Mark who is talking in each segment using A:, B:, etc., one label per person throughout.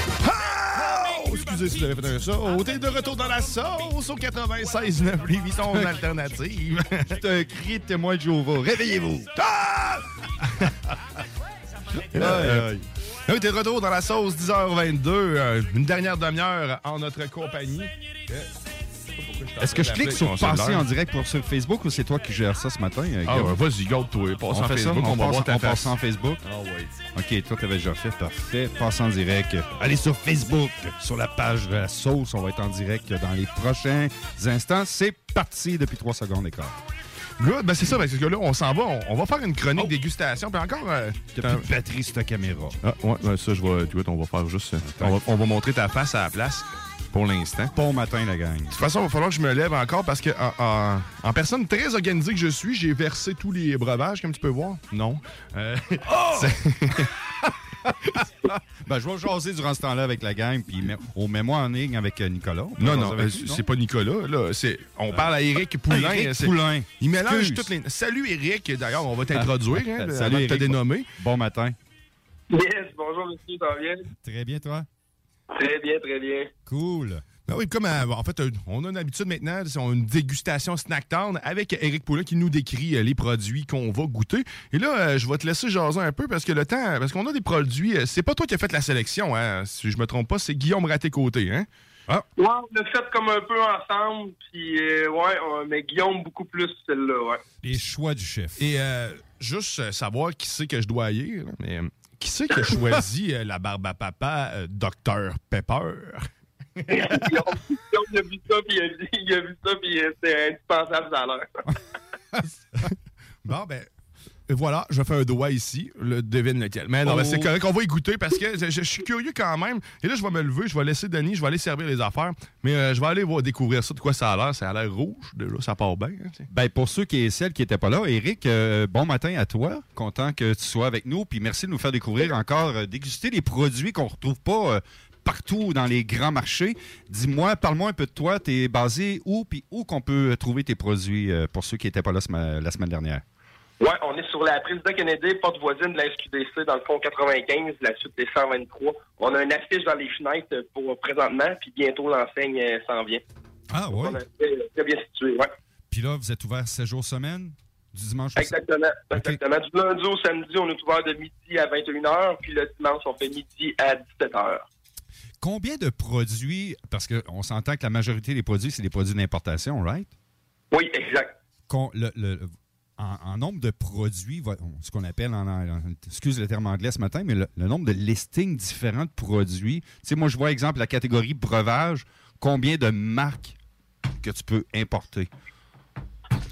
A: Oh! Excusez si vous avez fait un saut. On est de retour dans la sauce au 96.9 Lévis, ton alternative. C'est un cri de témoin de Jéhovah. Réveillez-vous! Ah! Aïe, aïe. On est de retour dans la sauce, 10h22. euh, Une dernière demi-heure en notre compagnie. Euh, je sais pas pourquoi
B: Est-ce que je
A: t'appelais
B: clique sur
A: mon
B: passer
A: cellulaire.
B: en direct pour sur Facebook ou c'est toi qui gères ça ce matin? euh,
A: Ah,
B: Guillaume?
A: ouais, vas-y, garde-toi. Passe
B: on
A: en
B: fait ça,
A: Facebook,
B: on,
A: on va
B: passe,
A: voir ta
B: on passe
A: face.
B: en Facebook.
A: Ah, ouais.
B: Ok, toi t'avais déjà fait, parfait. Passe en direct. Allez sur Facebook, sur la page de la sauce, on va être en direct dans les prochains instants. C'est parti depuis 3 secondes et quart.
A: Good, ben c'est ça, ben, parce que là, on s'en va. On, on va faire une chronique dégustation. Puis encore. euh,
B: Oh. T'as plus de batterie sur ta caméra.
A: Ah, ouais, ben ça, je vais. Tu vois, on va faire juste. euh, on, va, on va montrer ta face à la place pour l'instant. De
B: Bon matin, la gang.
A: toute façon, il va falloir que je me lève encore parce que, en, en- en personne très organisée que je suis, j'ai versé tous les breuvages, comme tu peux voir. Non. Euh,
B: Ben, je vais jaser durant ce temps-là avec la gang, puis met- on met moi en ligne avec euh, Nicolas. On peut
A: non,
B: jaser
A: non,
B: avec
A: euh,
B: lui, non? Ah,
A: c'est pas Nicolas, là. C'est, on parle à Eric Poulain. euh,
B: Éric
A: c'est-
B: Poulain.
A: Il mélange
B: Excuse. Ah.
A: toutes les. Salut, Eric. D'ailleurs, on va t'introduire. hein,
B: Salut,
A: avant de te
B: Éric.
A: dénommer.
B: Bon matin.
C: Yes, bonjour monsieur, ça va bien?
B: Très bien, toi?
C: Très bien, très bien.
B: Cool.
A: Ben oui, comme euh, en fait, euh, on a une habitude maintenant, c'est une dégustation snack town avec Eric Poulin qui nous décrit euh, les produits qu'on va goûter. Et là, euh, je vais te laisser jaser un peu parce que le temps, parce qu'on a des produits. euh, C'est pas toi qui as fait la sélection, hein, si je me trompe pas, c'est Guillaume Raté-Côté, hein? Ah,
C: Ouais, on l'a fait comme un peu ensemble, puis euh, ouais, on- mais Guillaume beaucoup plus celle-là, ouais.
B: Les choix du chef.
A: et euh, juste euh, savoir qui c'est que je dois haïr, là, mais euh, qui c'est qui a choisi euh, la barbe à papa, euh, Dr Pepper?
C: Guillaume, Guillaume, il a vu ça, puis il a, dit, il a vu ça, puis euh, c'était indispensable ça à l'heure.
A: Bon, ben. Voilà, je fais un doigt ici, le devine lequel. Mais non, ben,
B: Oh.
A: c'est correct, on va y goûter parce que je, je suis curieux quand même. Et là, je vais me lever, je vais laisser Denis, je vais aller servir les affaires. Mais euh, je vais aller voir, découvrir ça, de quoi ça a l'air. Ça a l'air rouge, de là, ça part bien. hein, tu sais.
B: Ben, pour ceux qui et celles qui n'étaient pas là, Eric, euh, bon matin à toi. Content que tu sois avec nous. Puis merci de nous faire découvrir encore, euh, déguster des produits qu'on ne retrouve pas euh, partout dans les grands marchés. Dis-moi, parle-moi un peu de toi. Tu es basé où? Puis où qu'on peut euh, trouver tes produits euh, pour ceux qui n'étaient pas là ce ma- la semaine dernière?
C: Ouais, on est sur la président Kennedy, porte voisine de la SQDC, dans le fond 95, la suite des 123. On a une affiche dans les fenêtres pour présentement, puis bientôt l'enseigne euh, s'en vient.
B: Ah
C: On est très- très bien situé, ouais.
B: Puis là, vous êtes ouvert 7 jours semaine? Du dimanche au
C: Exactement.
B: Ok.
C: Exactement. Du lundi au samedi, on est ouvert de midi à 21h, puis le dimanche, on fait midi à 17h.
B: Combien de produits, parce qu'on s'entend que la majorité des produits, c'est des produits d'importation, right?
C: Oui, exact.
B: qu'on- le- le- en, en nombre de produits, vo- ce qu'on appelle, en, en- excuse le terme anglais ce matin, mais le, le nombre de listings différents de produits. Tu sais, moi, je vois, exemple, la catégorie breuvage, combien de marques que tu peux importer?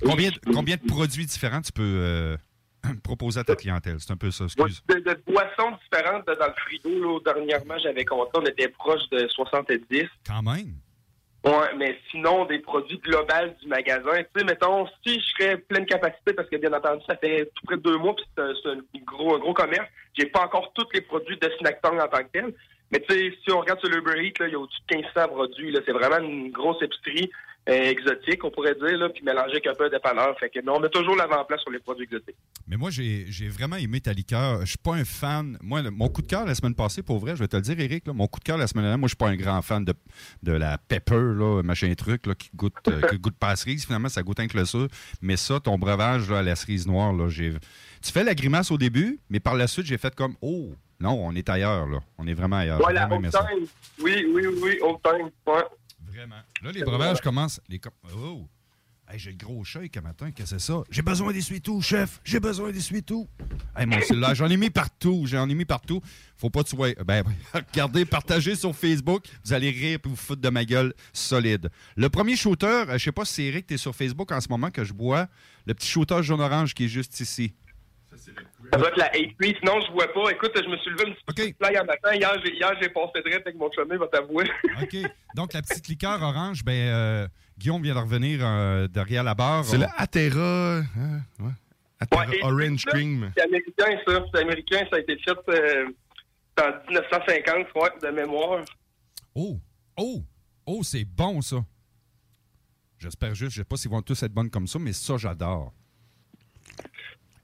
B: Combien, de- combien de produits différents tu peux euh, proposer à ta clientèle? C'est un peu ça,
C: Moi,
B: excuse.
C: De, de boissons différentes dans le frigo, là, dernièrement, j'avais compté, on était proche de 70.
B: Quand même.
C: Ouais, mais sinon, des produits globaux du magasin. Tu sais, mettons, si je serais pleine capacité, parce que bien entendu, ça fait tout près de deux mois, puis c'est un, c'est un gros, un gros commerce, j'ai pas encore tous les produits de Snacktown en tant que tel. Mais tu sais, si on regarde sur l'Uber Eats, là, il y a au-dessus de 1500 produits. là. C'est vraiment une grosse épicerie. exotiques, on pourrait dire, là, puis mélangé avec un peu de dépanneur. Fait que, mais on met toujours l'avant-plan sur les produits exotiques.
B: Mais moi, j'ai j'ai vraiment aimé ta liqueur. Je suis pas un fan. Moi, le- mon coup de cœur la semaine passée, pour vrai, je vais te le dire, Eric, là, mon coup de cœur la semaine dernière, moi, je suis pas un grand fan de, de la pepper, là, machin truc, là, qui goûte, euh, qui goûte pas à cerise. Finalement, ça goûte un que le sucre. Mais ça, ton breuvage là, à la cerise noire, là, j'ai. Tu fais la grimace au début, mais par la suite, j'ai fait comme Oh, non, on est ailleurs, là. On est vraiment ailleurs. J'ai
C: Voilà,
B: vraiment
C: old
B: aimé ça.
C: time. Oui, oui, oui, oui, old time. Ouais.
B: Vraiment. Là, les breuvages commencent. Les com- oh! Hey, j'ai le gros chèque un matin, qu'est-ce que c'est ça? J'ai besoin des tout chef! J'ai besoin des tout Hey, mon cellulaire, j'en ai mis partout, j'en ai mis partout. Faut pas te soigner. Ben, ben, regardez, partagez sur Facebook, vous allez rire puis vous foutre de ma gueule solide. Le premier shooter, euh, je sais pas si c'est Eric, t'es sur Facebook en ce moment que je bois, le petit shooter jaune-orange qui est juste ici.
C: Ça doit être la 8 oui, sinon je vois pas. Écoute, je me suis levé un petit peu
B: OK.
C: là hier matin. Hier, j'ai, hier, j'ai passé direct avec mon chemin, va t'avouer.
B: OK. Donc, la petite liqueur orange, ben, euh, Guillaume vient de revenir euh, derrière la barre.
A: C'est
B: On-
A: le Atera, euh, ouais. Atera
C: Ouais, et-
A: Orange
C: ça,
A: Cream.
C: C'est américain, ça. C'est américain, ça a été fait euh, en 1950, ouais, de mémoire.
B: Oh, oh, oh, c'est bon ça. J'espère juste, je sais pas s'ils vont tous être bonnes comme ça, mais ça, j'adore.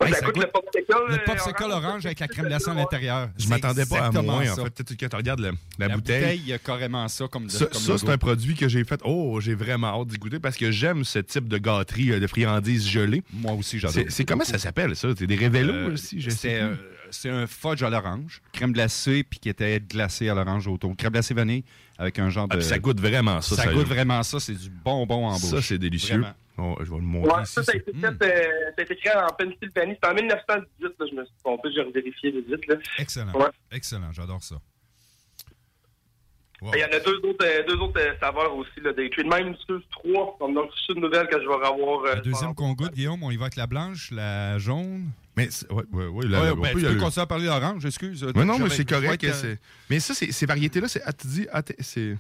C: Ouais,
B: Hey,
C: ça,
B: ça
C: coûte,
B: goûte-
C: le popsicle.
B: Le
C: euh,
B: popsicle orange avec la crème glacée à l'intérieur.
A: Je
B: C'est
A: m'attendais pas à
B: exactement
A: moins, en
B: ça.
A: fait. Peut-être que quand tu regardes le- la,
B: La
A: bouteille.
B: bouteille, il y a carrément ça comme de-
A: Ça,
B: comme
A: ça,
B: logo.
A: c'est un produit que j'ai fait. Oh, j'ai vraiment hâte d'y goûter parce que j'aime ce type de gâterie euh, de friandises gelées.
B: Moi aussi, j'adore.
A: C'est- C'est comment ça s'appelle, ça? C'est des révélos
B: Euh,
A: aussi? Je
B: c'est,
A: sais plus.
B: euh, C'est un fudge à l'orange, crème glacée, puis qui était glacée à l'orange autour. Crème glacée vanille avec un genre
A: Ah,
B: de.
A: puis ça goûte vraiment ça.
B: euh, ça goûte vraiment ça, c'est du bonbon en bouche.
A: Ça, c'est délicieux.
B: Vraiment.
A: Oh, je vais le montrer
C: Ouais,
A: ici,
C: ça, ça a été
B: c'est-
C: fait,
B: Hmm.
C: euh, ça a été créé en Pennsylvanie. C'était en 1918, là, je me suis trompé, j'ai revérifié vite, là.
B: Excellent.
C: Ouais.
B: Excellent, j'adore ça.
A: Wow.
C: Il y en a deux autres, euh, deux autres euh, saveurs aussi, là, des de Même deux, trois. Comme donc, c'est une nouvelle que je vais revoir. euh,
B: Le deuxième
C: par-
B: qu'on goûte, Guillaume, on y va avec la blanche, la jaune.
A: Mais c'est- ouais, ouais, ouais, là,
B: Ouais,
A: on peut
B: ben, tu
A: y
B: peux
A: aller.
B: continuer à parler d'orange, excuse.
A: Mais non, mais
B: J'avais- euh,
A: c'est correct.
B: je
A: que
B: crois que-
A: c'est- Mais ça, c'est- ces variétés-là, c'est Atdi- Até- c'est-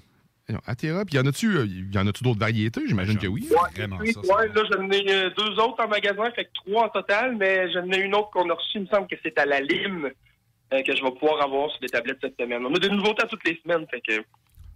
A: voyons, Atera. Puis y en a-tu euh, y en a-tu d'autres variétés? J'imagine que oui.
C: Ouais,
B: Vraiment,
C: oui,
B: ça, c'est
C: ouais,
B: bon.
C: là, j'en ai euh, deux autres en magasin, fait que trois en total, mais j'en ai une autre qu'on a reçue, il me semble que c'est à la lime, euh, que je vais pouvoir avoir sur les tablettes cette semaine. On a des nouveautés à toutes les semaines, fait que.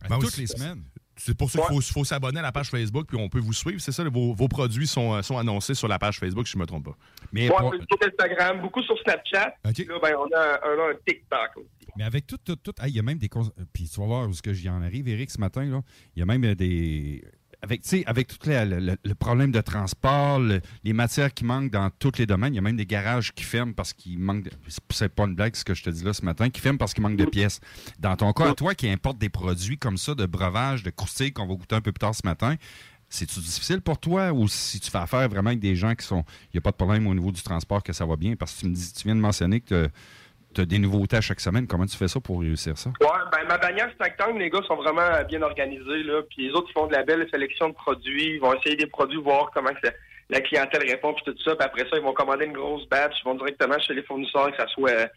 B: À
A: Ben,
B: toutes
A: aussi-
B: les semaines.
A: C'est pour ça qu'il faut, faut s'abonner à la page Facebook, puis on peut vous suivre. C'est ça, vos, vos produits sont, euh, sont annoncés sur la page Facebook, si je ne me trompe pas.
B: Mais,
C: Ouais,
B: pour-
C: c'est sur Instagram, beaucoup sur Snapchat.
B: Ok.
C: Puis Là, ben, on a un, un- un TikTok aussi.
B: mais avec tout, tout, tout. ah, Il y a même des. cons- Puis tu vas voir où ce que j'y en arrive, Eric, ce matin. là. Il y a même euh, des. Avec, tu sais, avec tout la- le, le- le problème de transport, le- les matières qui manquent dans tous les domaines, il y a même des garages qui ferment parce qu'il manque. de- c'est- C'est pas une blague ce que je te dis là ce matin, qui ferment parce qu'il manque de pièces. Dans ton cas, à toi qui importe des produits comme ça, de breuvage, de croustilles qu'on va goûter un peu plus tard ce matin, c'est-tu difficile pour toi ou si tu fais affaire vraiment avec des gens qui sont. Il n'y a pas de problème au niveau du transport, que ça va bien? Parce que tu me dis, tu viens de mentionner que tu as des nouveautés à chaque semaine. Comment tu fais ça pour réussir ça?
C: Ouais, ben, ma bannière Snacktown, les gars sont vraiment euh, bien organisés, là. Puis les autres, ils font de la belle sélection de produits. Ils vont essayer des produits, voir comment que ça- la clientèle répond, puis tout ça. Puis après ça, ils vont commander une grosse batch. Ils vont directement chez les fournisseurs, que ça soit euh,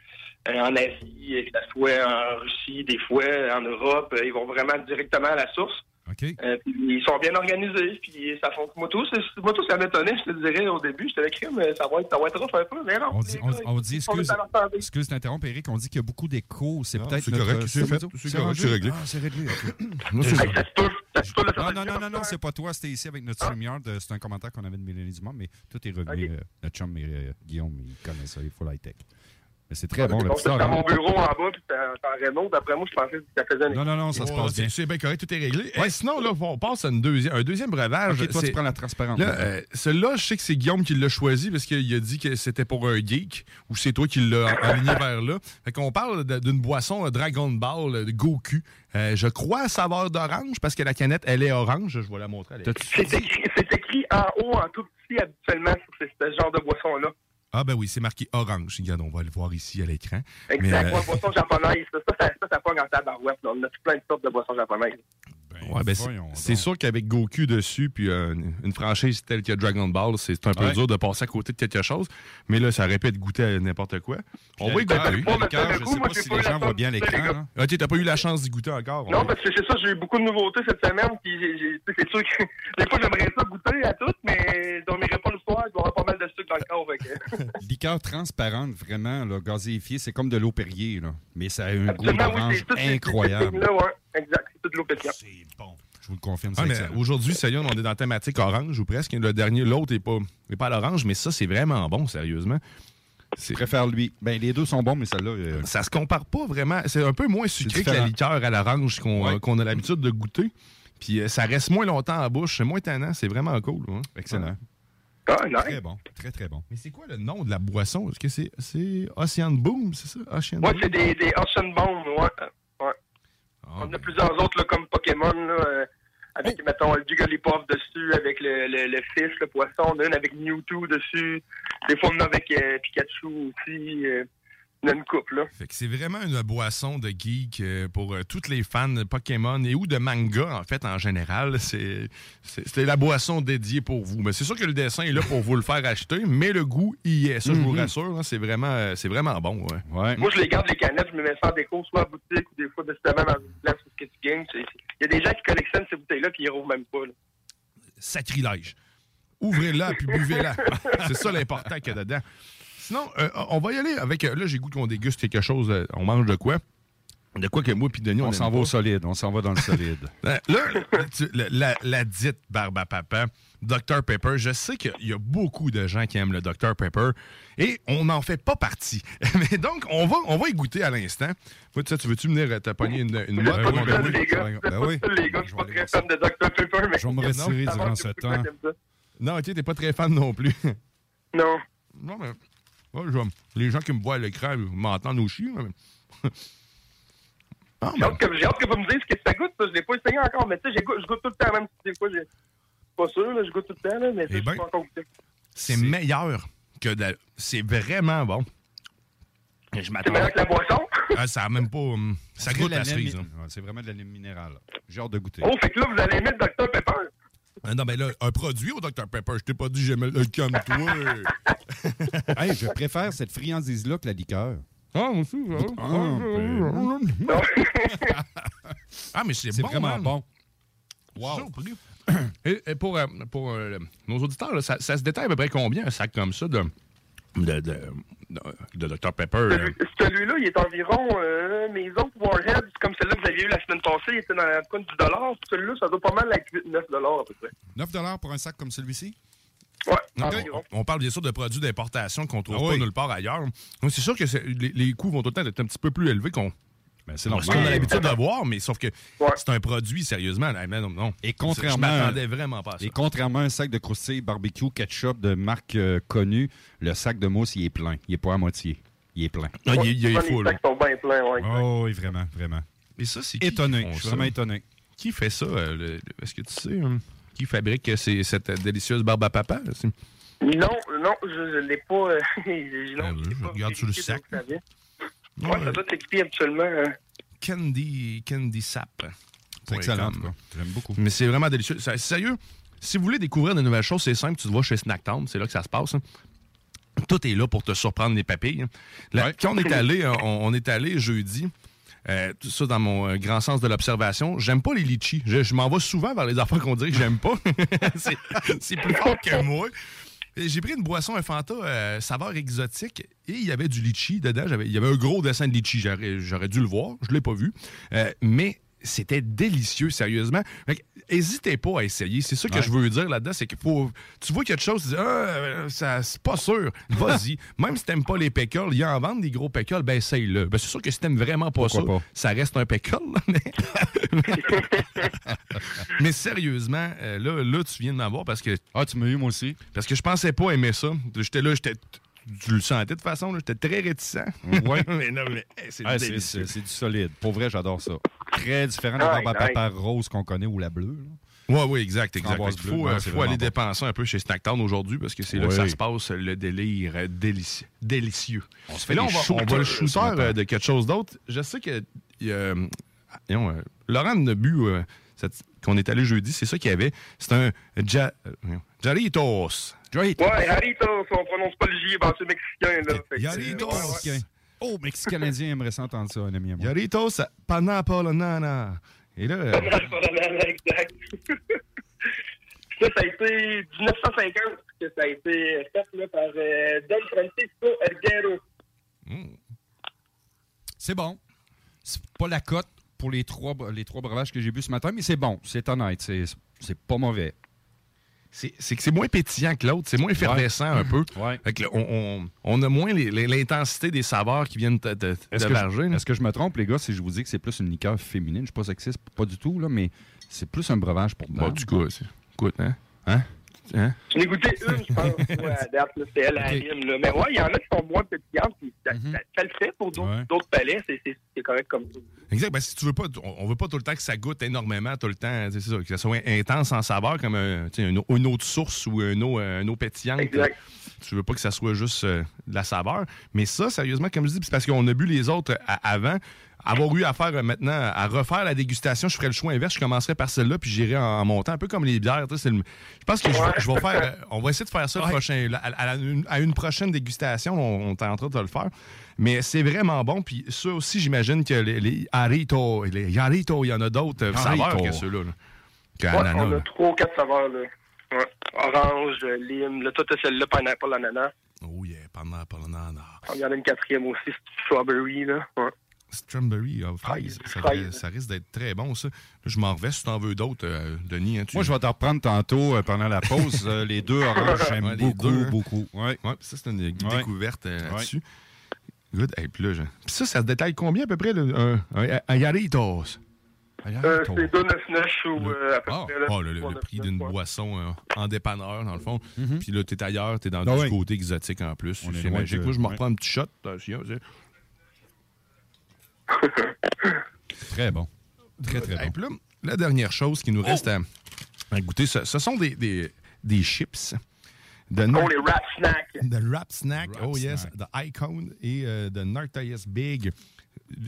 C: euh, en Asie, euh, que ça soit en Russie, des fois, euh, en Europe. Euh, Ils vont vraiment directement à la source.
B: OK.
C: Euh, puis ils sont bien organisés, puis ça fonctionne. Moi, tout, c'est- moi, tout ça m'étonnait, je te dirais, au début. Je te l'écris, mais ça va être, ça va être rough un peu. Mais non,
B: On dit,
C: les
B: on,
C: gars,
B: on dit
C: ils sont
B: excuse,
C: bien entendus.
B: excuse t'interrompre, Eric, on dit qu'il y a beaucoup d'écho. C'est
A: Non,
B: peut-être.
A: c'est
B: notre-
A: correct, c'est fait,
B: radio-
A: c'est correct,
B: rangé?
A: c'est réglé.
B: Ah, c'est réglé. ok.
C: Hey, ça se peut, ça se peut, là, ça
B: non,
C: va
B: non,
C: être
B: non,
C: mieux
B: non,
C: comme
B: non,
C: ça.
B: c'est pas toi, c'était ici avec notre streamer. de- C'est un commentaire qu'on avait de Mélanie Dumont, mais tout est revenu.
C: Ok.
B: euh, notre chum, euh, Guillaume, il connaît ça, il faut la tech. Mais c'est très bon,
C: Bon,
B: le petit
C: Ah,
B: hein.
C: c'est dans
B: orange.
C: mon bureau en bas, puis c'est en c'est en Renault. D'après moi, je pensais que ça faisait une.
B: Non, non, non, ça se
A: Ouais,
B: passe
A: c'est-
B: bien.
A: C'est bien correct, tout est réglé. Hey, sinon, là, on passe à une deuxi- un deuxième breuvage.
B: Ok, toi, tu
A: C'est-
B: prends la transparente.
A: Là, euh, celui-là, je sais que c'est Guillaume qui l'a choisi parce qu'il a dit que c'était pour un geek ou c'est toi qui l'as aligné vers là. Fait qu'on parle de- d'une boisson euh, Dragon Ball euh, de Goku. Euh, je crois à saveur d'orange parce que la canette, elle est orange. Je vais la montrer. elle est-
B: T'as-tu-
C: C'est écrit, c'est écrit en haut, en tout petit, habituellement, sur ce, ce genre de boisson-là.
A: Ah ben oui, c'est marqué orange. Regarde, on va le voir ici à l'écran.
C: Exact,
A: Mais, euh,
C: ouais, boisson japonaise. Ça, ça, ça, ça, ça pogne en tabarouette. là. On a plein de sortes de boissons japonaises.
A: Ouais, ben, c'est-
B: voyons
A: c'est
B: donc.
A: sûr qu'avec Goku dessus, puis euh, une- une franchise telle que Dragon Ball, c'est un peu
B: Ouais.
A: dur de passer à côté de quelque chose. Mais là, ça répète goûter à n'importe quoi. On va y
B: L'écran,
A: goûter.
B: oui,
C: Moi,
B: l'écran,
C: monsieur,
B: je
C: le
B: sais
C: coup, moi,
B: pas
C: j'ai
B: si
C: pas
B: les
C: eu la
B: gens voient
C: chance
B: bien
C: de goûter, les
B: l'écran.
C: gars.
B: là.
A: Ah, t'as pas eu la chance d'y goûter encore. hein?
C: Non,
A: On-
C: parce que c'est ça, j'ai eu beaucoup de nouveautés cette semaine, puis j'ai- j'ai- tu sais, c'est sûr que des fois j'aimerais ça goûter à toutes, mais dans mes repas le soir, je vais avoir pas mal de sucre dans le corps. fait que-
B: Liqueur transparente, vraiment, là, gazéifiée, c'est comme de l'eau Perrier, là. Mais ça a un goût
C: Absolument, oui,
B: d'orange
C: c'est tout.
B: incroyable.
C: Là, ouais, exact, c'est tout de l'eau pétillante.
B: C'est bon. Je vous le confirme.
A: Ah,
B: c'est
A: mais
B: excellent.
A: aujourd'hui, sérieux, on est dans la thématique orange ou presque. Le dernier, l'autre, n'est pas, est pas à l'orange, mais ça, c'est vraiment bon, sérieusement.
B: Je préfère lui. Ben, les deux sont bons, mais celle-là. euh,
A: Ça se compare pas vraiment. C'est un peu moins sucré que la
B: différent.
A: liqueur à l'orange qu'on
B: Ouais.
A: euh, qu'on a l'habitude de goûter. Puis euh, ça reste moins longtemps en bouche. C'est moins tannant. C'est vraiment cool. hein.
B: excellent.
C: Ah, nice.
B: Très bon. Très, très bon.
A: Mais c'est quoi le nom de la boisson? Est-ce que c'est c'est Ocean Boom, c'est ça? Ocean
C: Ouais,
A: Boom?
C: c'est des, des Ocean Bombs, ouais. Euh, ouais.
A: Ah,
C: On a
A: ben,
C: plusieurs autres, là, comme Pokémon, là, euh, avec, mettons, le Jigglypuff dessus, avec le, le, le fish, le poisson. On a une avec Mewtwo dessus. Des fois, on en a avec euh, Pikachu aussi. euh, on a une coupe, là.
A: fait que c'est vraiment une boisson de geek euh, pour euh, toutes les fans de Pokémon et ou de manga, en fait, en général. C'est c'est- c'est la boisson dédiée pour vous. Mais c'est sûr que le dessin est là pour vous le faire acheter, mais le goût y est. Ça, je
C: Mm-hmm.
A: vous rassure, hein, c'est vraiment, euh, c'est vraiment bon. ouais.
B: Ouais.
C: Moi, je les garde, les canettes, je me mets ça en déco, soit à boutique, ou des fois, décidément, dans une place où ce que tu gagnes. C'est- Il y a des gens qui collectionnent ces bouteilles-là, puis ils rouvrent même pas, là.
A: sacrilège. Ouvrez-la puis buvez-la. C'est ça l'important qu'il y a dedans. Sinon, euh, on va y aller avec. euh, Là, j'ai goût qu'on déguste quelque chose. euh, on mange de quoi De quoi que moi puis Denis, on,
B: On s'en
A: aime
B: va au
A: pas.
B: solide. On s'en va dans le solide.
A: Euh, Là, tu- la, la- la dite barbe à papa, Dr Pepper, je sais qu'il y a beaucoup de gens qui aiment le Dr Pepper et on n'en fait pas partie. Mais donc, on va, on va y goûter à l'instant. Moi, tu sais, tu veux-tu venir euh, te pogner une, une
C: Vous
A: motte,
C: êtes pas
A: mon
C: tout
A: Denis?
C: seul, les gars.
B: ben
C: Vous êtes pas
B: oui.
C: tout seul, les gars. Je
B: Je
C: suis pas
B: vais
C: très
B: aller
C: fan de Dr. Pepper, mais.
B: Je vais me retirer
C: Ça va,
B: durant
C: c'est
B: ce
C: pour
B: temps.
C: ça que j'aime ça.
A: Non, ok, t'es pas très fan non plus.
C: Non.
A: Non, mais. ouais, je- les gens qui me voient à l'écran ils m'entendent au chien. mais- Ah,
C: J'ai hâte, que, j'ai hâte que vous me disiez ce que ça goûte, ça. Je l'ai pas essayé encore, mais tu sais, j'ai goût- je goûte tout le temps, même si des fois, j'ai- je suis pas sûr, là, je goûte tout le temps, là, mais ça,
A: Eh
C: je suis
A: ben.
C: pas encore goûté.
A: c'est meilleur que de. la- C'est vraiment bon. Et Je
C: C'est
A: m'attends.
C: meilleur que la boisson.
A: Ah, ça a même pas. hum, ça
B: C'est
A: goûte
B: de
A: la
B: lime
A: cerise. hein.
B: mi- Ouais, C'est vraiment de la lime minérale. J'ai hâte de goûter.
C: Oh, fait que là, vous allez aimer le Dr. Pepper.
A: hein. Ah, non, mais là, un produit au Dr Pepper, je t'ai pas dit j'aimais le comme toi.
B: Hey, je préfère cette friandise-là que la liqueur.
A: Ah, moi aussi, ça.
B: Ah,
A: Mmh.
B: ben.
A: Ah, mais c'est
B: C'est
A: bon,
B: vraiment
A: man.
B: bon.
A: Wow. Et, et pour, euh, pour euh, nos auditeurs, là, ça, ça se détaille à peu près combien un sac comme ça de, de, de, de Dr Pepper? euh?
C: Celui- Celui-là, il est environ, euh, mes autres Warheads, comme celui-là que vous aviez eu la semaine passée, il était dans la coin du dollar. Celui-là, ça doit pas mal être 9 dollars à peu près.
B: 9 pour un sac comme celui-ci?
C: Ouais,
A: Non,
C: environ.
A: on, on parle bien sûr de produits d'importation qu'on trouve
B: Ah
A: pas
B: oui.
A: nulle part ailleurs. Donc, c'est sûr que c'est- les, les coûts vont tout le temps être un petit peu plus élevés qu'on
B: Ben, c'est
A: Ah, ce qu'on a l'habitude de voir, mais sauf que
C: Ouais.
A: c'est un produit, sérieusement. là, non, non.
B: Et contrairement-
A: Je m'attendais vraiment pas à ça.
B: Et contrairement à un sac de croustilles barbecue ketchup de marque euh, connue, le sac de mousse, il est plein. Il est pas à moitié. Il est plein.
A: Ah, il, est- il est
C: Souvent,
A: full. Ah.
C: Les sacs sont bien pleins, ouais.
B: Oh, oui, vraiment, vraiment.
A: Et ça, c'est qui qui
B: Étonné.
A: font
B: Je suis
A: ça?
B: vraiment étonné.
A: Qui fait ça? euh, le- le- Est-ce que tu sais hein, qui fabrique euh, ces- cette euh, délicieuse barbe à papa? là, c'est-
C: Non, non, je, je l'ai pas. euh, je- non,
A: Ah,
C: l'ai
A: je
C: pas
A: regarde sur le
C: vérifié
A: sac.
C: d'où ça vient.
A: Non,
C: Ouais,
A: euh,
C: ça doit s'équiper habituellement. euh,
A: Candy, Candy Sap.
B: C'est
A: Pour
B: excellent.
A: les
B: en tout
A: femmes.
B: cas. J'aime beaucoup.
A: Mais c'est vraiment délicieux. Ça- Sérieux, si vous voulez découvrir de nouvelles choses, c'est simple. Tu te vas chez Snacktown, c'est là que ça se passe. hein. Tout est là pour te surprendre les papilles. hein. Là, Quand on est allé, hein, on, on est allé jeudi. euh, tout ça dans mon euh, grand sens de l'observation. J'aime pas les litchis. Je, je m'en vais souvent vers les affaires qu'on dirait que j'aime pas. c'est, c'est plus fort que moi. Et J'ai pris une boisson, un Fanta euh, saveur exotique et il y avait du litchi dedans. J'avais- il y avait un gros dessin de litchi. J'aurais, j'aurais dû le voir. Je ne l'ai pas vu. Euh, mais c'était délicieux, sérieusement. N'hésitez pas à essayer. C'est ça que je veux dire là-dedans. C'est que faut- tu vois quelque chose, tu dis Ah, euh, ça, c'est pas sûr. Vas-y. Même si t'aimes pas les pickles, il y en vend des gros pickles, ben essaye-le. Ben, c'est sûr que si t'aimes vraiment pas
B: Pourquoi
A: ça,
B: pas?
A: ça reste un pickle. là, mais... mais sérieusement, euh, là, là, tu viens de m'avoir parce que
B: Ah, tu m'as eu, moi aussi.
A: parce que je pensais pas aimer ça. J'étais là, j'étais. Tu le sentais de toute façon, là, j'étais très réticent.
B: Ouais.
A: mais non, mais hey, c'est
B: Ah, c'est
A: délicieux.
B: c'est- c'est du solide. Pour vrai, j'adore ça. Très différent de la
C: Nice,
B: barbe à papa rose qu'on connaît ou la bleue. là.
A: Ouais, oui, exact, exact.
B: Framboise
A: Il faut,
B: bleue,
A: euh,
B: non, c'est
A: faut aller
B: vraiment bon.
A: dépenser un peu chez Snacktown aujourd'hui parce que c'est là
B: Oui.
A: que ça se passe le délire euh, délici- délicieux.
B: On se
A: Mais
B: fait
A: là, on
B: des
A: va, on
B: shooters
A: va le
B: ce
A: shooter
B: matin.
A: euh, de quelque chose d'autre. Je sais que. il y a, euh, ah, voyons, euh, Laurent Nebu, euh, cette- qu'on est allé jeudi, c'est ça qu'il y avait. C'est un. Ja- euh, voyons, Jarritos. Jarritos.
C: Ouais, Jaritos, on prononce pas le J, ben, c'est mexicain, là. Fait que,
A: Jaritos.
C: euh, ouais, ouais.
B: Mexicain. Oh, Mexicanadien aimerait s'entendre ça, un ami à moi.
A: Jarritos Panapolonana. Et là. euh,
C: exact. ça, ça a été 1950 que ça a été fait là, par euh, Don Francisco Erguero.
B: C'est bon. C'est pas la cote. pour les trois, les trois breuvages que j'ai bu ce matin, mais c'est bon, c'est honnête, c'est c'est pas mauvais.
A: C'est c'est que c'est moins pétillant que l'autre, c'est moins effervescent un peu.
B: Ouais.
A: Fait que le- on, on- on a moins les- les- l'intensité des saveurs qui viennent te, te, te
B: Est-ce que,
A: berger,
B: je,
A: là.
B: est-ce que je me trompe, les gars, si je vous dis que c'est plus une liqueur féminine? Je suis pas sexiste, pas du tout, là, mais c'est plus un breuvage pour
A: Bon,
B: dames.
A: du coup, c'est- écoute, hein? Hein? Hein?
C: Je n'ai goûté une, je pense, moi, à date, là, c'est elle, la
B: Ok. Mhm.
C: lime, là. Mais ouais, il y en a qui sont moins pétillantes, puis ça, ça- ça le fait pour d'autres
B: Ouais.
C: d'autres palais, c'est- c'est c'est correct comme ça.
A: Exact. Ben, si tu veux pas, on, on veut pas tout le temps que ça goûte énormément, tout le temps, tu sais, c'est ça, que ça soit intense en saveur, comme un- tu sais, une, eau- une eau de source ou une eau, euh, une eau pétillante.
C: Exact.
A: Tu veux pas que ça soit juste euh, de la saveur. Mais ça, sérieusement, comme je dis, c'est parce qu'on a bu les autres euh, à- avant. Avoir eu à faire euh, maintenant, à refaire la dégustation, je ferais le choix inverse. Je commencerais par celle-là, puis j'irais en, en montant, un peu comme les bières. tu sais, c'est le- je pense que je, vais- je vais faire. euh, on va essayer de faire ça le prochain, à, à- à une, à une prochaine dégustation. On, on tentera de le faire. Mais c'est vraiment bon. Puis ça aussi, j'imagine que les, les Harito, les Yarito, il y en a d'autres euh,
B: Jarito.
A: saveurs que ceux-là. là, que
C: Ouais,
A: ananas,
C: on
A: là.
C: a trois ou quatre saveurs, là. Ouais. Orange, euh, lime, là, toi, t'as celle-là, pineapple, ananas.
A: Oh yeah, pendant, pendant, non.
C: Il y en a une quatrième aussi, strawberry, là. Ouais.
A: Strawberry of fraise. Ça,
C: Fraise.
A: ça risque d'être très bon, ça. Là, je m'en revais si t'en veux d'autres, euh, Denis. hein, tu-
B: Moi, je vais te reprendre tantôt euh, pendant la pause. euh, les deux oranges, j'aime
A: Ouais, les
B: beaucoup,
A: deux, hein.
B: beaucoup. Ouais.
A: Ouais, ça, c'est une
B: Ouais.
A: découverte euh,
B: Ouais.
A: là-dessus. Good. Hey, puis là, je- puis ça, ça se détaille combien à peu près? le- un- un- un Yarritos? Un
C: Euh,
A: Yarritos.
C: c'est 2,99 ou euh, à peu
A: Hein, Ah,
C: près. là,
A: ah, le, le- le
C: 3,99,
A: prix d'une
C: ouais.
A: boisson euh, en dépanneur, dans le fond. Puis là, t'es ailleurs, t'es dans
B: Ah
A: du
B: ouais.
A: côté exotique en plus.
B: Mm-hmm. On est
A: C'est
B: loin
A: magique.
B: de-
A: Moi, je me
B: ouais.
A: reprends un petit shot. attention, c'est-
B: Très bon. Très, très
A: Et
B: bon. Oh!
A: puis là, la dernière chose qui nous reste à, à goûter, ce, ce sont des, des, des chips. De
C: Oh, les rat snacks.
A: The Rap Snack,
B: Rap
A: oh yes,
B: Snack.
A: The Icon et euh, The Nartheus Big.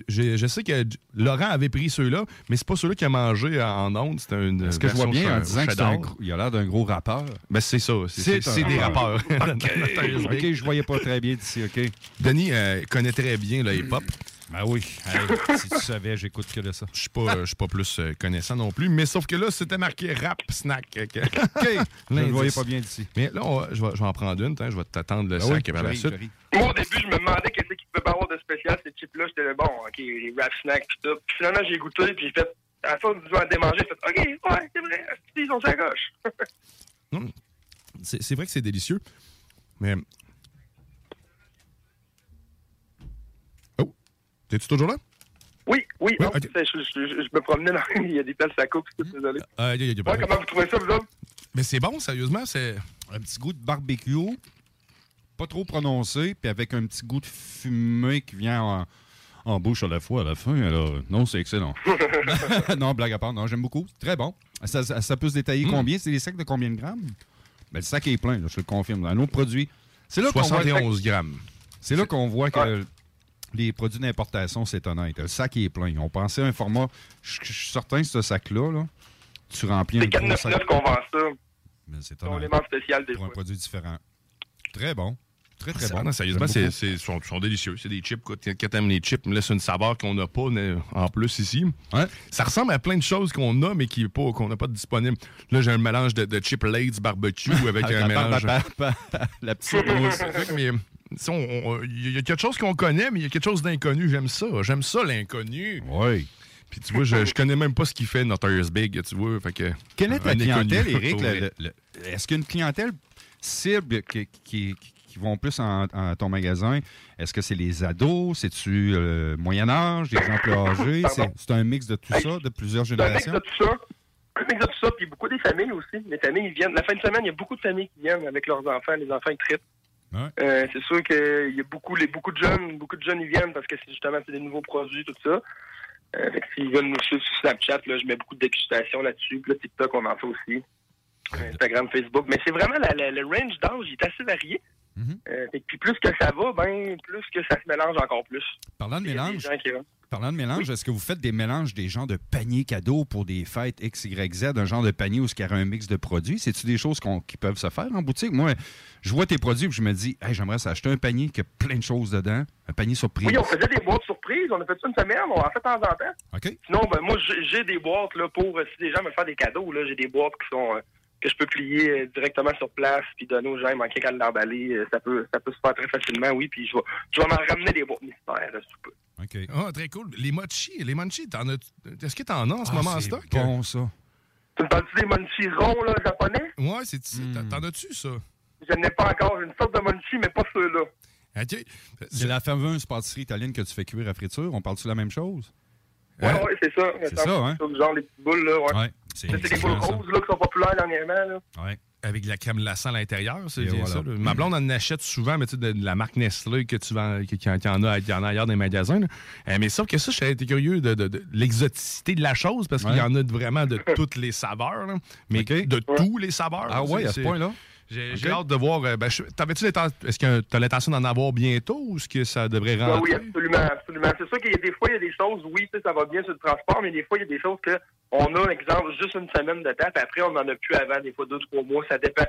A: Je, je sais que J- Laurent avait pris ceux-là, mais c'est pas ceux-là qu'il a mangé en ondes. C'était une
B: Est-ce que je vois
A: Euh, version
B: bien
A: cha-
B: en disant que c'est
A: cheddar.
B: un gros- il a l'air d'un gros rappeur?
A: Ben, c'est ça, c'est-
B: C'est
A: c'est c'est
B: un-
A: des rappeurs. Nartheus Big.
B: OK, je voyais pas très bien d'ici, OK?
A: Denis euh, connaît très bien le hip-hop.
B: Ben oui. Hey, si tu savais, j'écoute que de ça.
A: Je suis pas, je suis pas plus euh, connaissant non plus, mais sauf que là, c'était marqué Rap Snack. OK,
B: Je ne voyais pas bien d'ici.
A: Mais là, on va- je, vais, je vais en prendre une, tiens, je vais t'attendre le
B: Ah oui,
A: sac par la
B: j'arrive,
A: suite.
B: j'arrive.
C: Moi, au début, je me demandais qu'est-ce qu'il pouvait pas avoir de spécial, ces chips-là. J'étais là, bon, OK, les rap snacks, pis tout. Puis finalement, j'ai goûté, puis j'ai fait, à la fin du à démanger, j'ai fait, OK, ouais, c'est vrai, ils ont sa gauche.
A: Non, C'est c'est vrai que c'est délicieux, mais. Oh! T'es-tu toujours là?
C: oui, oui,
A: Oui,
C: non,
A: ok.
C: c'est- je, je- je me promenais dans. Il y a des places à coupe, je suis désolé.
A: Euh, y a- y a- y a pas-
C: Ouais, comment vous trouvez ça, vous autres?
A: Mais c'est bon, sérieusement, c'est.
B: Un petit goût de barbecue, pas trop prononcé, puis avec un petit goût de fumée qui vient en, en bouche à la fois à la fin. Alors, non, c'est excellent. non, blague à part, non, j'aime beaucoup. C'est Très bon. Ça, ça- ça peut se
A: Mm.
B: détailler combien? C'est des sacs de combien de grammes? Ben, le sac est plein, là, je te le confirme. Un autre produit. C'est là qu'on voit,
A: 71 grammes.
B: c'est là qu'on voit que les produits d'importation, c'est honnête. Le sac est plein. On pensait à un format. Je je suis certain que ce sac-là, là, tu remplis un
C: C'est
B: gros sac.
C: 4,99 qu'on vend ça.
B: Mais c'est
C: On les
B: honnête
C: mange spécial, des
B: pour
C: fois.
B: un produit différent. Très bon. Très, très
A: Ça,
B: bon.
A: non, sérieusement,
B: J'aime
A: c'est, c'est- sont, sont délicieux. C'est des chips. Écoute, Quand t'aimes les chips, là, c'est une saveur qu'on n'a pas né- en plus ici.
B: Ouais.
A: Ça ressemble à plein de choses qu'on a, mais qui est pas, qu'on n'a pas de disponible. Là, j'ai un mélange de, de chips Lays barbecue avec,
B: Avec
A: un
B: la barbe
A: mélange.
B: à papa, la petite mousse.
A: C'est vrai que, mais, tu sais, on- on- Il y a quelque chose qu'on connaît, mais il y a quelque chose d'inconnu. J'aime ça. J'aime ça, l'inconnu.
B: Oui.
A: Puis tu vois, je, je connais même pas ce qu'il fait, Notorious Big, tu vois. Fait que,
B: Quelle est ta
A: un inconnu,
B: clientèle, Eric?
A: pour
B: le-
A: vrai.
B: le- le- Est-ce qu'une clientèle cible qui, qui- qui vont plus en, en ton magasin, est-ce que c'est les ados? C'est-tu euh, Moyen-Âge, les gens plus âgés? C'est- C'est un mix de tout ça, de plusieurs
C: C'est un mix de
B: générations?
C: tout ça. Un mix de tout ça, puis beaucoup des familles aussi. Les familles, ils viennent. La fin de semaine, il y a beaucoup de familles qui viennent avec leurs enfants. Les enfants, ils trippent.
B: Ouais.
C: Euh, c'est sûr qu'il y a beaucoup, les, beaucoup de jeunes, beaucoup de jeunes, ils viennent parce que c'est justement c'est des nouveaux produits, tout ça. Euh, fait que s'ils veulent nous suivre sur Snapchat, là, je mets beaucoup de dégustations là-dessus. Puis là, TikTok, on en fait aussi. Euh, Instagram, Facebook. Mais c'est vraiment la- la- le range d'âge, il est assez varié. Euh, fait que puis plus que ça va, ben plus que ça se mélange encore plus.
B: Parlant de
C: Il y a des
B: mélange,
C: gens qui rentrent.
B: Parlant de mélange, est-ce que vous faites des mélanges des genres de paniers cadeaux pour des fêtes X, Y, Z, un genre de panier où il y aurait un mix de produits? C'est-tu des choses qu'on- qui peuvent se faire en boutique? Moi, je vois tes produits et je me dis, Hey, j'aimerais s'acheter un panier qui a plein de choses dedans, un panier surprise.
C: Oui, on faisait des boîtes surprises. On a fait ça une semaine. On en fait de temps en temps.
B: OK?
C: Sinon, ben, moi, j'ai- j'ai des boîtes là, pour, euh, si des gens veulent faire des cadeaux, là, j'ai des boîtes qui sont, euh, que je peux plier euh, directement sur place, puis donner aux gens, il manquait qu'à l'emballer. euh, ça, peut, ça peut se faire très facilement, oui, puis je vais, je vais m'en ramener des boîtes mystères, là, si tu peux.
B: OK. OK.
A: Ah, très cool. Les mochis, les munchies, t'en as- est-ce que t'en as en ce moment en stock?
B: Ah,
A: euh,
B: bon, ça.
C: Tu me parles-tu des munchies ronds, là, japonais?
A: Ouais, c'est, c'est-
B: Hmm.
A: t'en- t'en as-tu, ça?
C: Je n'ai pas encore. J'ai une sorte de munchie, mais pas ceux-là.
A: OK.
B: C'est la fameuse pâtisserie italienne que tu fais cuire à friture. On parle-tu de la même chose?
C: Ouais, ouais, c'est ça.
B: C'est ça, hein?
C: Genre les petites boules, là, ouais.
B: Ouais. C'est
C: C'est des boules
B: excellent, ça.
C: roses, là, qui sont populaires dernièrement, là.
B: Ouais.
A: Avec de la crème glacée à l'intérieur, c'est
B: Et
A: bien
B: voilà.
A: ça. là. Ma blonde en achète souvent, mais tu sais, de, de la marque Nestlé que tu vends, que- qu'il y en- qu'il y en a, qu'il y en a ailleurs dans les magasins. là. Euh, mais sauf que ça, j'étais été curieux de, de- de l'exoticité de la chose, parce qu'il
B: Ouais.
A: y en a de- vraiment de toutes les saveurs, là. mais
B: Ok.
A: de tous les saveurs.
B: Ah
A: là,
B: ouais,
A: c'est-
B: à ce
A: c'est-
B: point-là?
A: J'ai
B: Ok.
A: j'ai hâte de voir. euh, ben, je- T'avais-tu l'intention- Est-ce que t'as l'intention d'en avoir bientôt ou est-ce que ça devrait
C: Ouais,
A: rentrer?
C: Ah Ben oui, absolument, absolument. C'est sûr qu'il y a des fois, il y a des choses, oui, tu sais, ça va bien sur le transport, mais des fois, il y a des choses que on a, exemple, juste une semaine de temps, puis après, on n'en a plus avant, des fois deux, trois mois, ça dépend.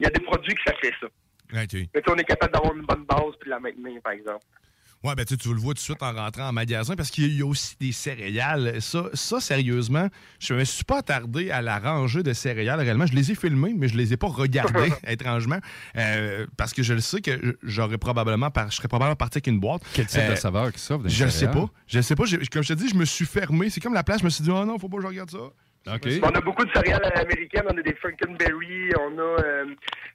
C: Il y a des produits qui ça fait ça.
A: OK.
C: Mais tu sais, on est capable d'avoir une bonne base puis de la maintenir, par exemple.
A: Ouais, ben tu sais, tu le vois tout de suite en rentrant en magasin parce qu'il y a aussi des céréales. Ça, ça sérieusement, je me suis pas attardé à la rangée de céréales réellement. Je les ai filmées, mais je les ai pas regardées, étrangement, euh, parce que je le sais que j'aurais probablement, par- je serais probablement parti avec une boîte.
B: Quel type
A: Euh,
B: de saveur qui s'offre? dans les
A: Je le sais
B: céréales?
A: pas. Je le sais pas. J'ai- Comme je te dis, je me suis fermé. C'est comme la place, je me suis dit, oh non, faut pas que je regarde ça.
B: OK.
C: On a beaucoup de céréales américaines, on a des Frankenberry, on a euh,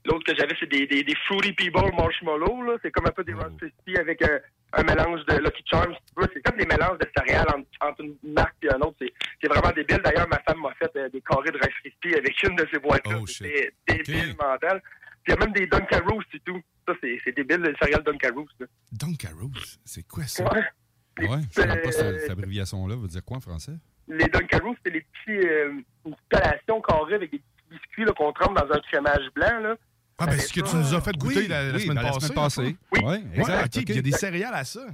C: l'autre que j'avais, c'est des, des, des Fruity People Marshmallow, là. C'est comme un peu des Ross Krispies avec un, un mélange de Lucky Charms, si tu veux. C'est comme des mélanges de céréales entre, entre une marque et une autre. C'est, c'est vraiment débile. D'ailleurs, ma femme m'a fait euh, des carrés de Rice Krispies avec une de ces boîtes-là.
A: Oh,
C: C'était débile mental. Puis il y a même des Dunkaroos et tout. Ça, c'est, c'est débile, le céréales Dunkaroos, là.
A: Dunkaroos, c'est quoi ça?
C: Ouais.
B: Ouais, je ne sais pas
C: Euh,
B: cette, cette abréviation-là veut dire quoi en français.
C: les Dunkaroos, c'est les petits, euh, une petite collation carrée avec des petits biscuits, là, qu'on trempe dans un crémage blanc, là.
A: Ah, ben, ce que tu nous as fait goûter la, la
B: Oui,
A: semaine
B: ben,
A: passée.
B: Oui,
C: Oui.
A: Ouais,
B: exact.
A: ok,
B: ok.
A: il y a des céréales à ça.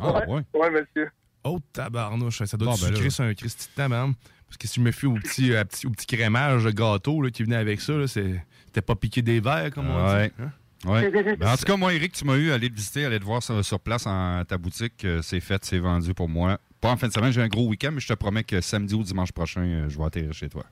B: Ah, ouais.
C: Ouais, monsieur.
A: Oh, tabarnouche, ça doit
B: Bon,
A: être
B: ben là.
A: sucré sur un Christy de temps, man. Parce que si je me fie au petit, euh, à petit- au petit crémage de gâteau là, qui venait avec ça, là, c'est- c'était pas piqué des verres, comme on
B: Ah, Ouais.
A: dit. Hein?
B: Ouais. Ben, en tout cas, moi, Eric, tu m'as eu à aller te visiter, aller te voir sur, sur place en ta boutique. Euh, C'est fait, c'est vendu pour moi. Pas en fin de semaine, j'ai un gros week-end, mais je te promets que samedi ou dimanche prochain, euh, je vais atterrir chez toi.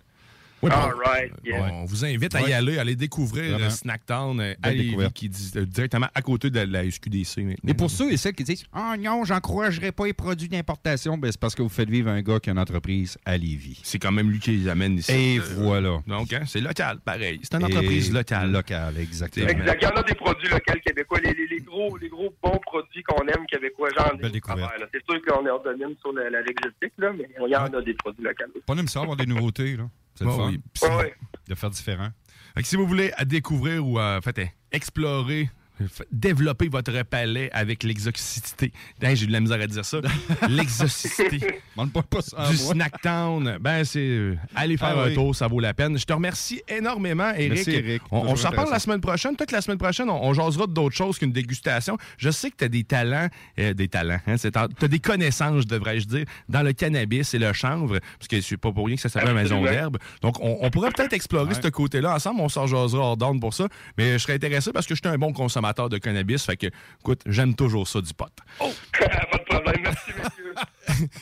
C: All right, yes.
A: On vous invite à y
B: Ouais.
A: aller, à aller découvrir
B: Vraiment.
A: euh, Snacktown, euh, à
B: Belle
A: Lévis,
B: découverte.
A: qui dit, euh, directement à côté de la SQDC. maintenant.
B: Et pour ceux et celles qui disent Ah non, j'encouragerai pas les produits d'importation, ben, c'est parce que vous faites vivre un gars qui a une entreprise à Lévis.
A: C'est quand même lui qui les amène ici.
B: Et
A: Euh,
B: voilà.
A: Donc, hein, c'est local, pareil. C'est une
B: Et
A: entreprise locale.
B: Locale, exactement.
C: Exact. Il y en a des produits locaux québécois, les, les- les gros, les gros bons produits qu'on aime québécois, genre
B: Belle découverte.
C: C'est sûr qu'on est ordonné sur la, la logistique, là, mais il y en a des produits locaux.
B: Pas de me savoir des nouveautés, là. C'est le
A: Bon,
B: fun.
A: oui. Puis
C: Ouais, ouais.
B: De faire différent.
A: Fait que si vous voulez à découvrir ou à en fait, à explorer, f- développer votre palais avec l'exoticité. Hein, J'ai eu de la misère à dire ça. L'exoticité
B: Demande pas, pas ça à
A: du
B: Ah, moi.
A: Snacktown. Ben, c'est. euh, Allez faire
B: Ah
A: un
B: oui.
A: tour, ça vaut la peine. Je te remercie énormément, Eric.
B: Merci, Eric.
A: On, on
B: Toujours
A: s'en parle la
B: intéressant.
A: semaine prochaine. Peut-être la semaine prochaine, on, on jasera d'autres choses qu'une dégustation. Je sais que tu as des talents, euh, des talents, hein, tu as des connaissances, devrais-je dire, dans le cannabis et le chanvre, parce que c'est pas pour rien que ça s'appelle la maison
C: Absolument.
A: d'herbe. Donc, on, on pourrait peut-être explorer ce côté-là ensemble. On s'en jasera hors d'onde pour ça. Mais je serais intéressé parce que je suis un bon consommateur de cannabis. Fait que, écoute, j'aime toujours ça du pot.
C: Oh! pas de problème, merci, monsieur.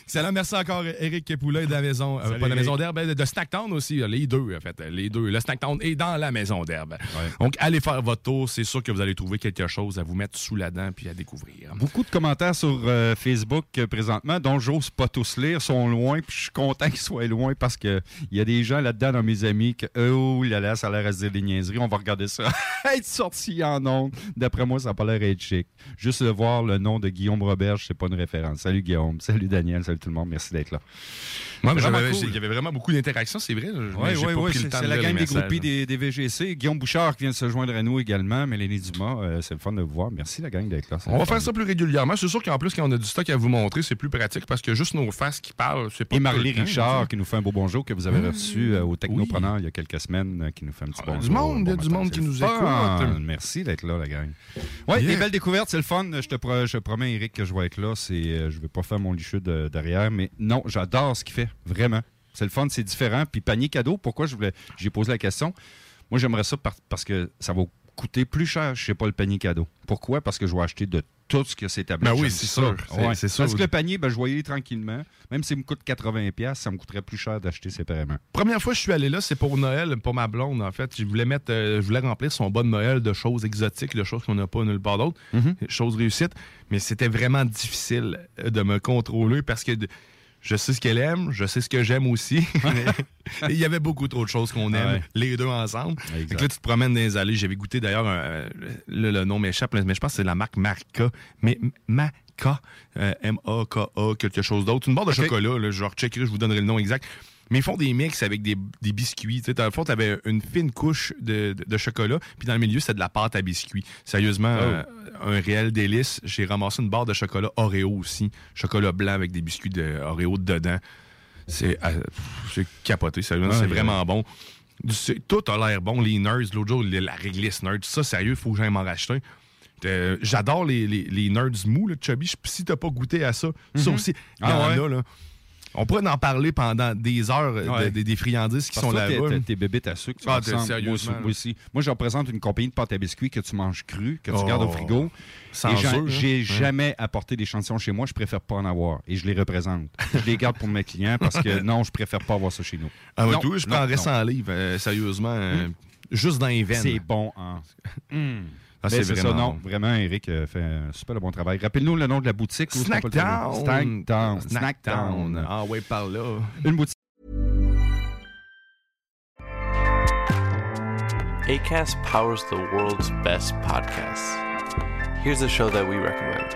A: Salut, merci encore Eric Poulin de la maison, euh, pas de la maison d'herbe, euh, de Snacktown aussi, euh, les deux en fait, euh, les deux, le Snacktown et dans la maison d'herbe. Donc allez faire votre tour, c'est sûr que vous allez trouver quelque chose à vous mettre sous la dent puis à découvrir.
B: Beaucoup de commentaires sur euh, Facebook euh, présentement, dont j'ose pas tous lire, sont loin, puis je suis content qu'ils soient loin parce que il y a des gens là-dedans dans mes amis que oh là là, ça a l'air à se dire des niaiseries, on va regarder ça être sorti en ondes. D'après moi, ça n'a pas l'air être chic. Juste de voir le nom de Guillaume Robert, c'est pas une référence. Salut Guillaume, salut Daniel, salut tout le monde, merci d'être là.
A: Moi,
B: vraiment
A: j'avais-
B: cool.
A: Il y avait vraiment beaucoup d'interactions, c'est vrai.
B: Oui, oui, oui,
A: c'est
B: c'est c'est la gang des groupies des, des VGC. Guillaume Bouchard qui vient de se joindre à nous également, Mélanie Dumas, euh, c'est le fun de vous voir. Merci la gang d'être là.
A: On va faire ça plus régulièrement. C'est sûr qu'en plus, quand on a du stock à vous montrer, c'est plus pratique parce que juste nos faces qui parlent, c'est pas.
B: Et
A: tout le
B: Marley
A: temps, Mmh.
B: Richard qui nous fait un beau bonjour que vous avez reçu euh, au Technopreneur il y a quelques semaines, euh, qui nous fait un petit
A: Ah, il y a
B: bonjour.
A: du monde, il y a
B: Bon
A: du
B: matin,
A: monde
B: c'est
A: qui
B: le
A: nous
B: fun.
A: écoute.
B: Merci d'être là, la gang. Oui,
A: Yeah.
B: des belles découvertes, c'est le fun. Je te pro- je promets, Eric, que je vais être là. C'est, euh, je vais pas faire mon lichu de- derrière, mais non, j'adore ce qu'il fait, vraiment. C'est le fun, c'est différent. Puis panier cadeau, pourquoi je voulais, j'ai posé la question. Moi, j'aimerais ça par- parce que ça va coûter plus cher. Je sais pas le panier cadeau. Pourquoi Parce que je vais acheter de tout ce que ces tablettes.
A: Ben oui,
B: J'aime
A: c'est
B: ça.
A: sûr. C'est-
B: Ouais.
A: c'est sûr.
B: Parce que le panier, ben, je voyais tranquillement. Même s'il me coûte 80$, piastres, ça me coûterait plus cher d'acheter séparément.
A: Première fois que je suis allé là, c'est pour Noël, pour ma blonde, en fait. Je voulais mettre, euh, je voulais remplir son bon de Noël de choses exotiques, de choses qu'on n'a pas nulle part d'autre, choses réussites. Mais c'était vraiment difficile euh, de me contrôler parce que de- je sais ce qu'elle aime, je sais ce que j'aime aussi. Mais Il y avait beaucoup trop de choses qu'on aime,
B: Ouais.
A: les deux ensemble.
B: Exact.
A: Fait que là, tu te promènes dans les allées. J'avais goûté d'ailleurs, un, euh, là, le nom m'échappe, là, mais je pense que c'est la marque Marca. Mais Maca, euh, M-A-K-A, quelque chose d'autre. Une barre de chocolat, là, je recheckerai, je vous donnerai le nom exact. Mais ils font des mix avec des, des biscuits. Tu sais, dans le fond, t'avais une fine couche de, de- de chocolat, puis dans le milieu, c'était de la pâte à biscuits. Sérieusement, euh, un réel délice. J'ai ramassé une barre de chocolat Oreo aussi. Chocolat blanc avec des biscuits de Oreo dedans. C'est euh, pff, c'est capoté, sérieusement.
B: Ouais,
A: c'est
B: ouais.
A: vraiment bon. Du- c'est- Tout a l'air bon. Les nerds, l'autre jour, les- la réglisse nerds. Ça, sérieux, faut que j'aille m'en racheter. Euh, J'adore les, les, les nerds mous, là, Chubby. Je- Si t'as pas goûté à ça, ça aussi, il y
B: Ah
A: en
B: ouais?
A: a, là. On pourrait en parler pendant des heures euh, de-
B: Ouais.
A: des, des friandises qui
B: Parce
A: sont
B: que toi,
A: là-bas.
B: t'es- t'es- Tes bébites à sucre, tu
A: Ah,
B: me
A: t'es
B: ressembles.
A: sérieusement,
B: Moi aussi,
A: là.
B: moi aussi. Moi, je représente une compagnie de pâte à biscuits que tu manges cru, que tu
A: Oh,
B: gardes au frigo.
A: sans
B: Et j'en-
A: œufs, là.
B: J'ai
A: Ouais.
B: jamais apporté des d'échantillons chez moi. Je préfère pas en avoir. Et je les représente. je les garde pour mes clients parce que non, je préfère pas avoir ça chez nous.
A: Ah, ouais,
B: Non,
A: toi, je
B: non,
A: prendrais
B: non. Hmm.
A: 100 livres, euh, sérieusement, euh, juste dans les veines.
B: C'est bon, hein?
A: Ah,
B: Ben, c'est ça, non.
A: bon.
B: Vraiment, Eric euh, fait un super bon travail. Rappelle-nous le nom de la boutique. où est-ce qu'on peut le trouver?
A: Snackdown!
B: Snackdown.
A: Snackdown.
B: Snackdown.
A: Ah ouais, par là.
B: Une boutique.
D: ACAST powers the world's best podcasts. Here's a show that we recommend.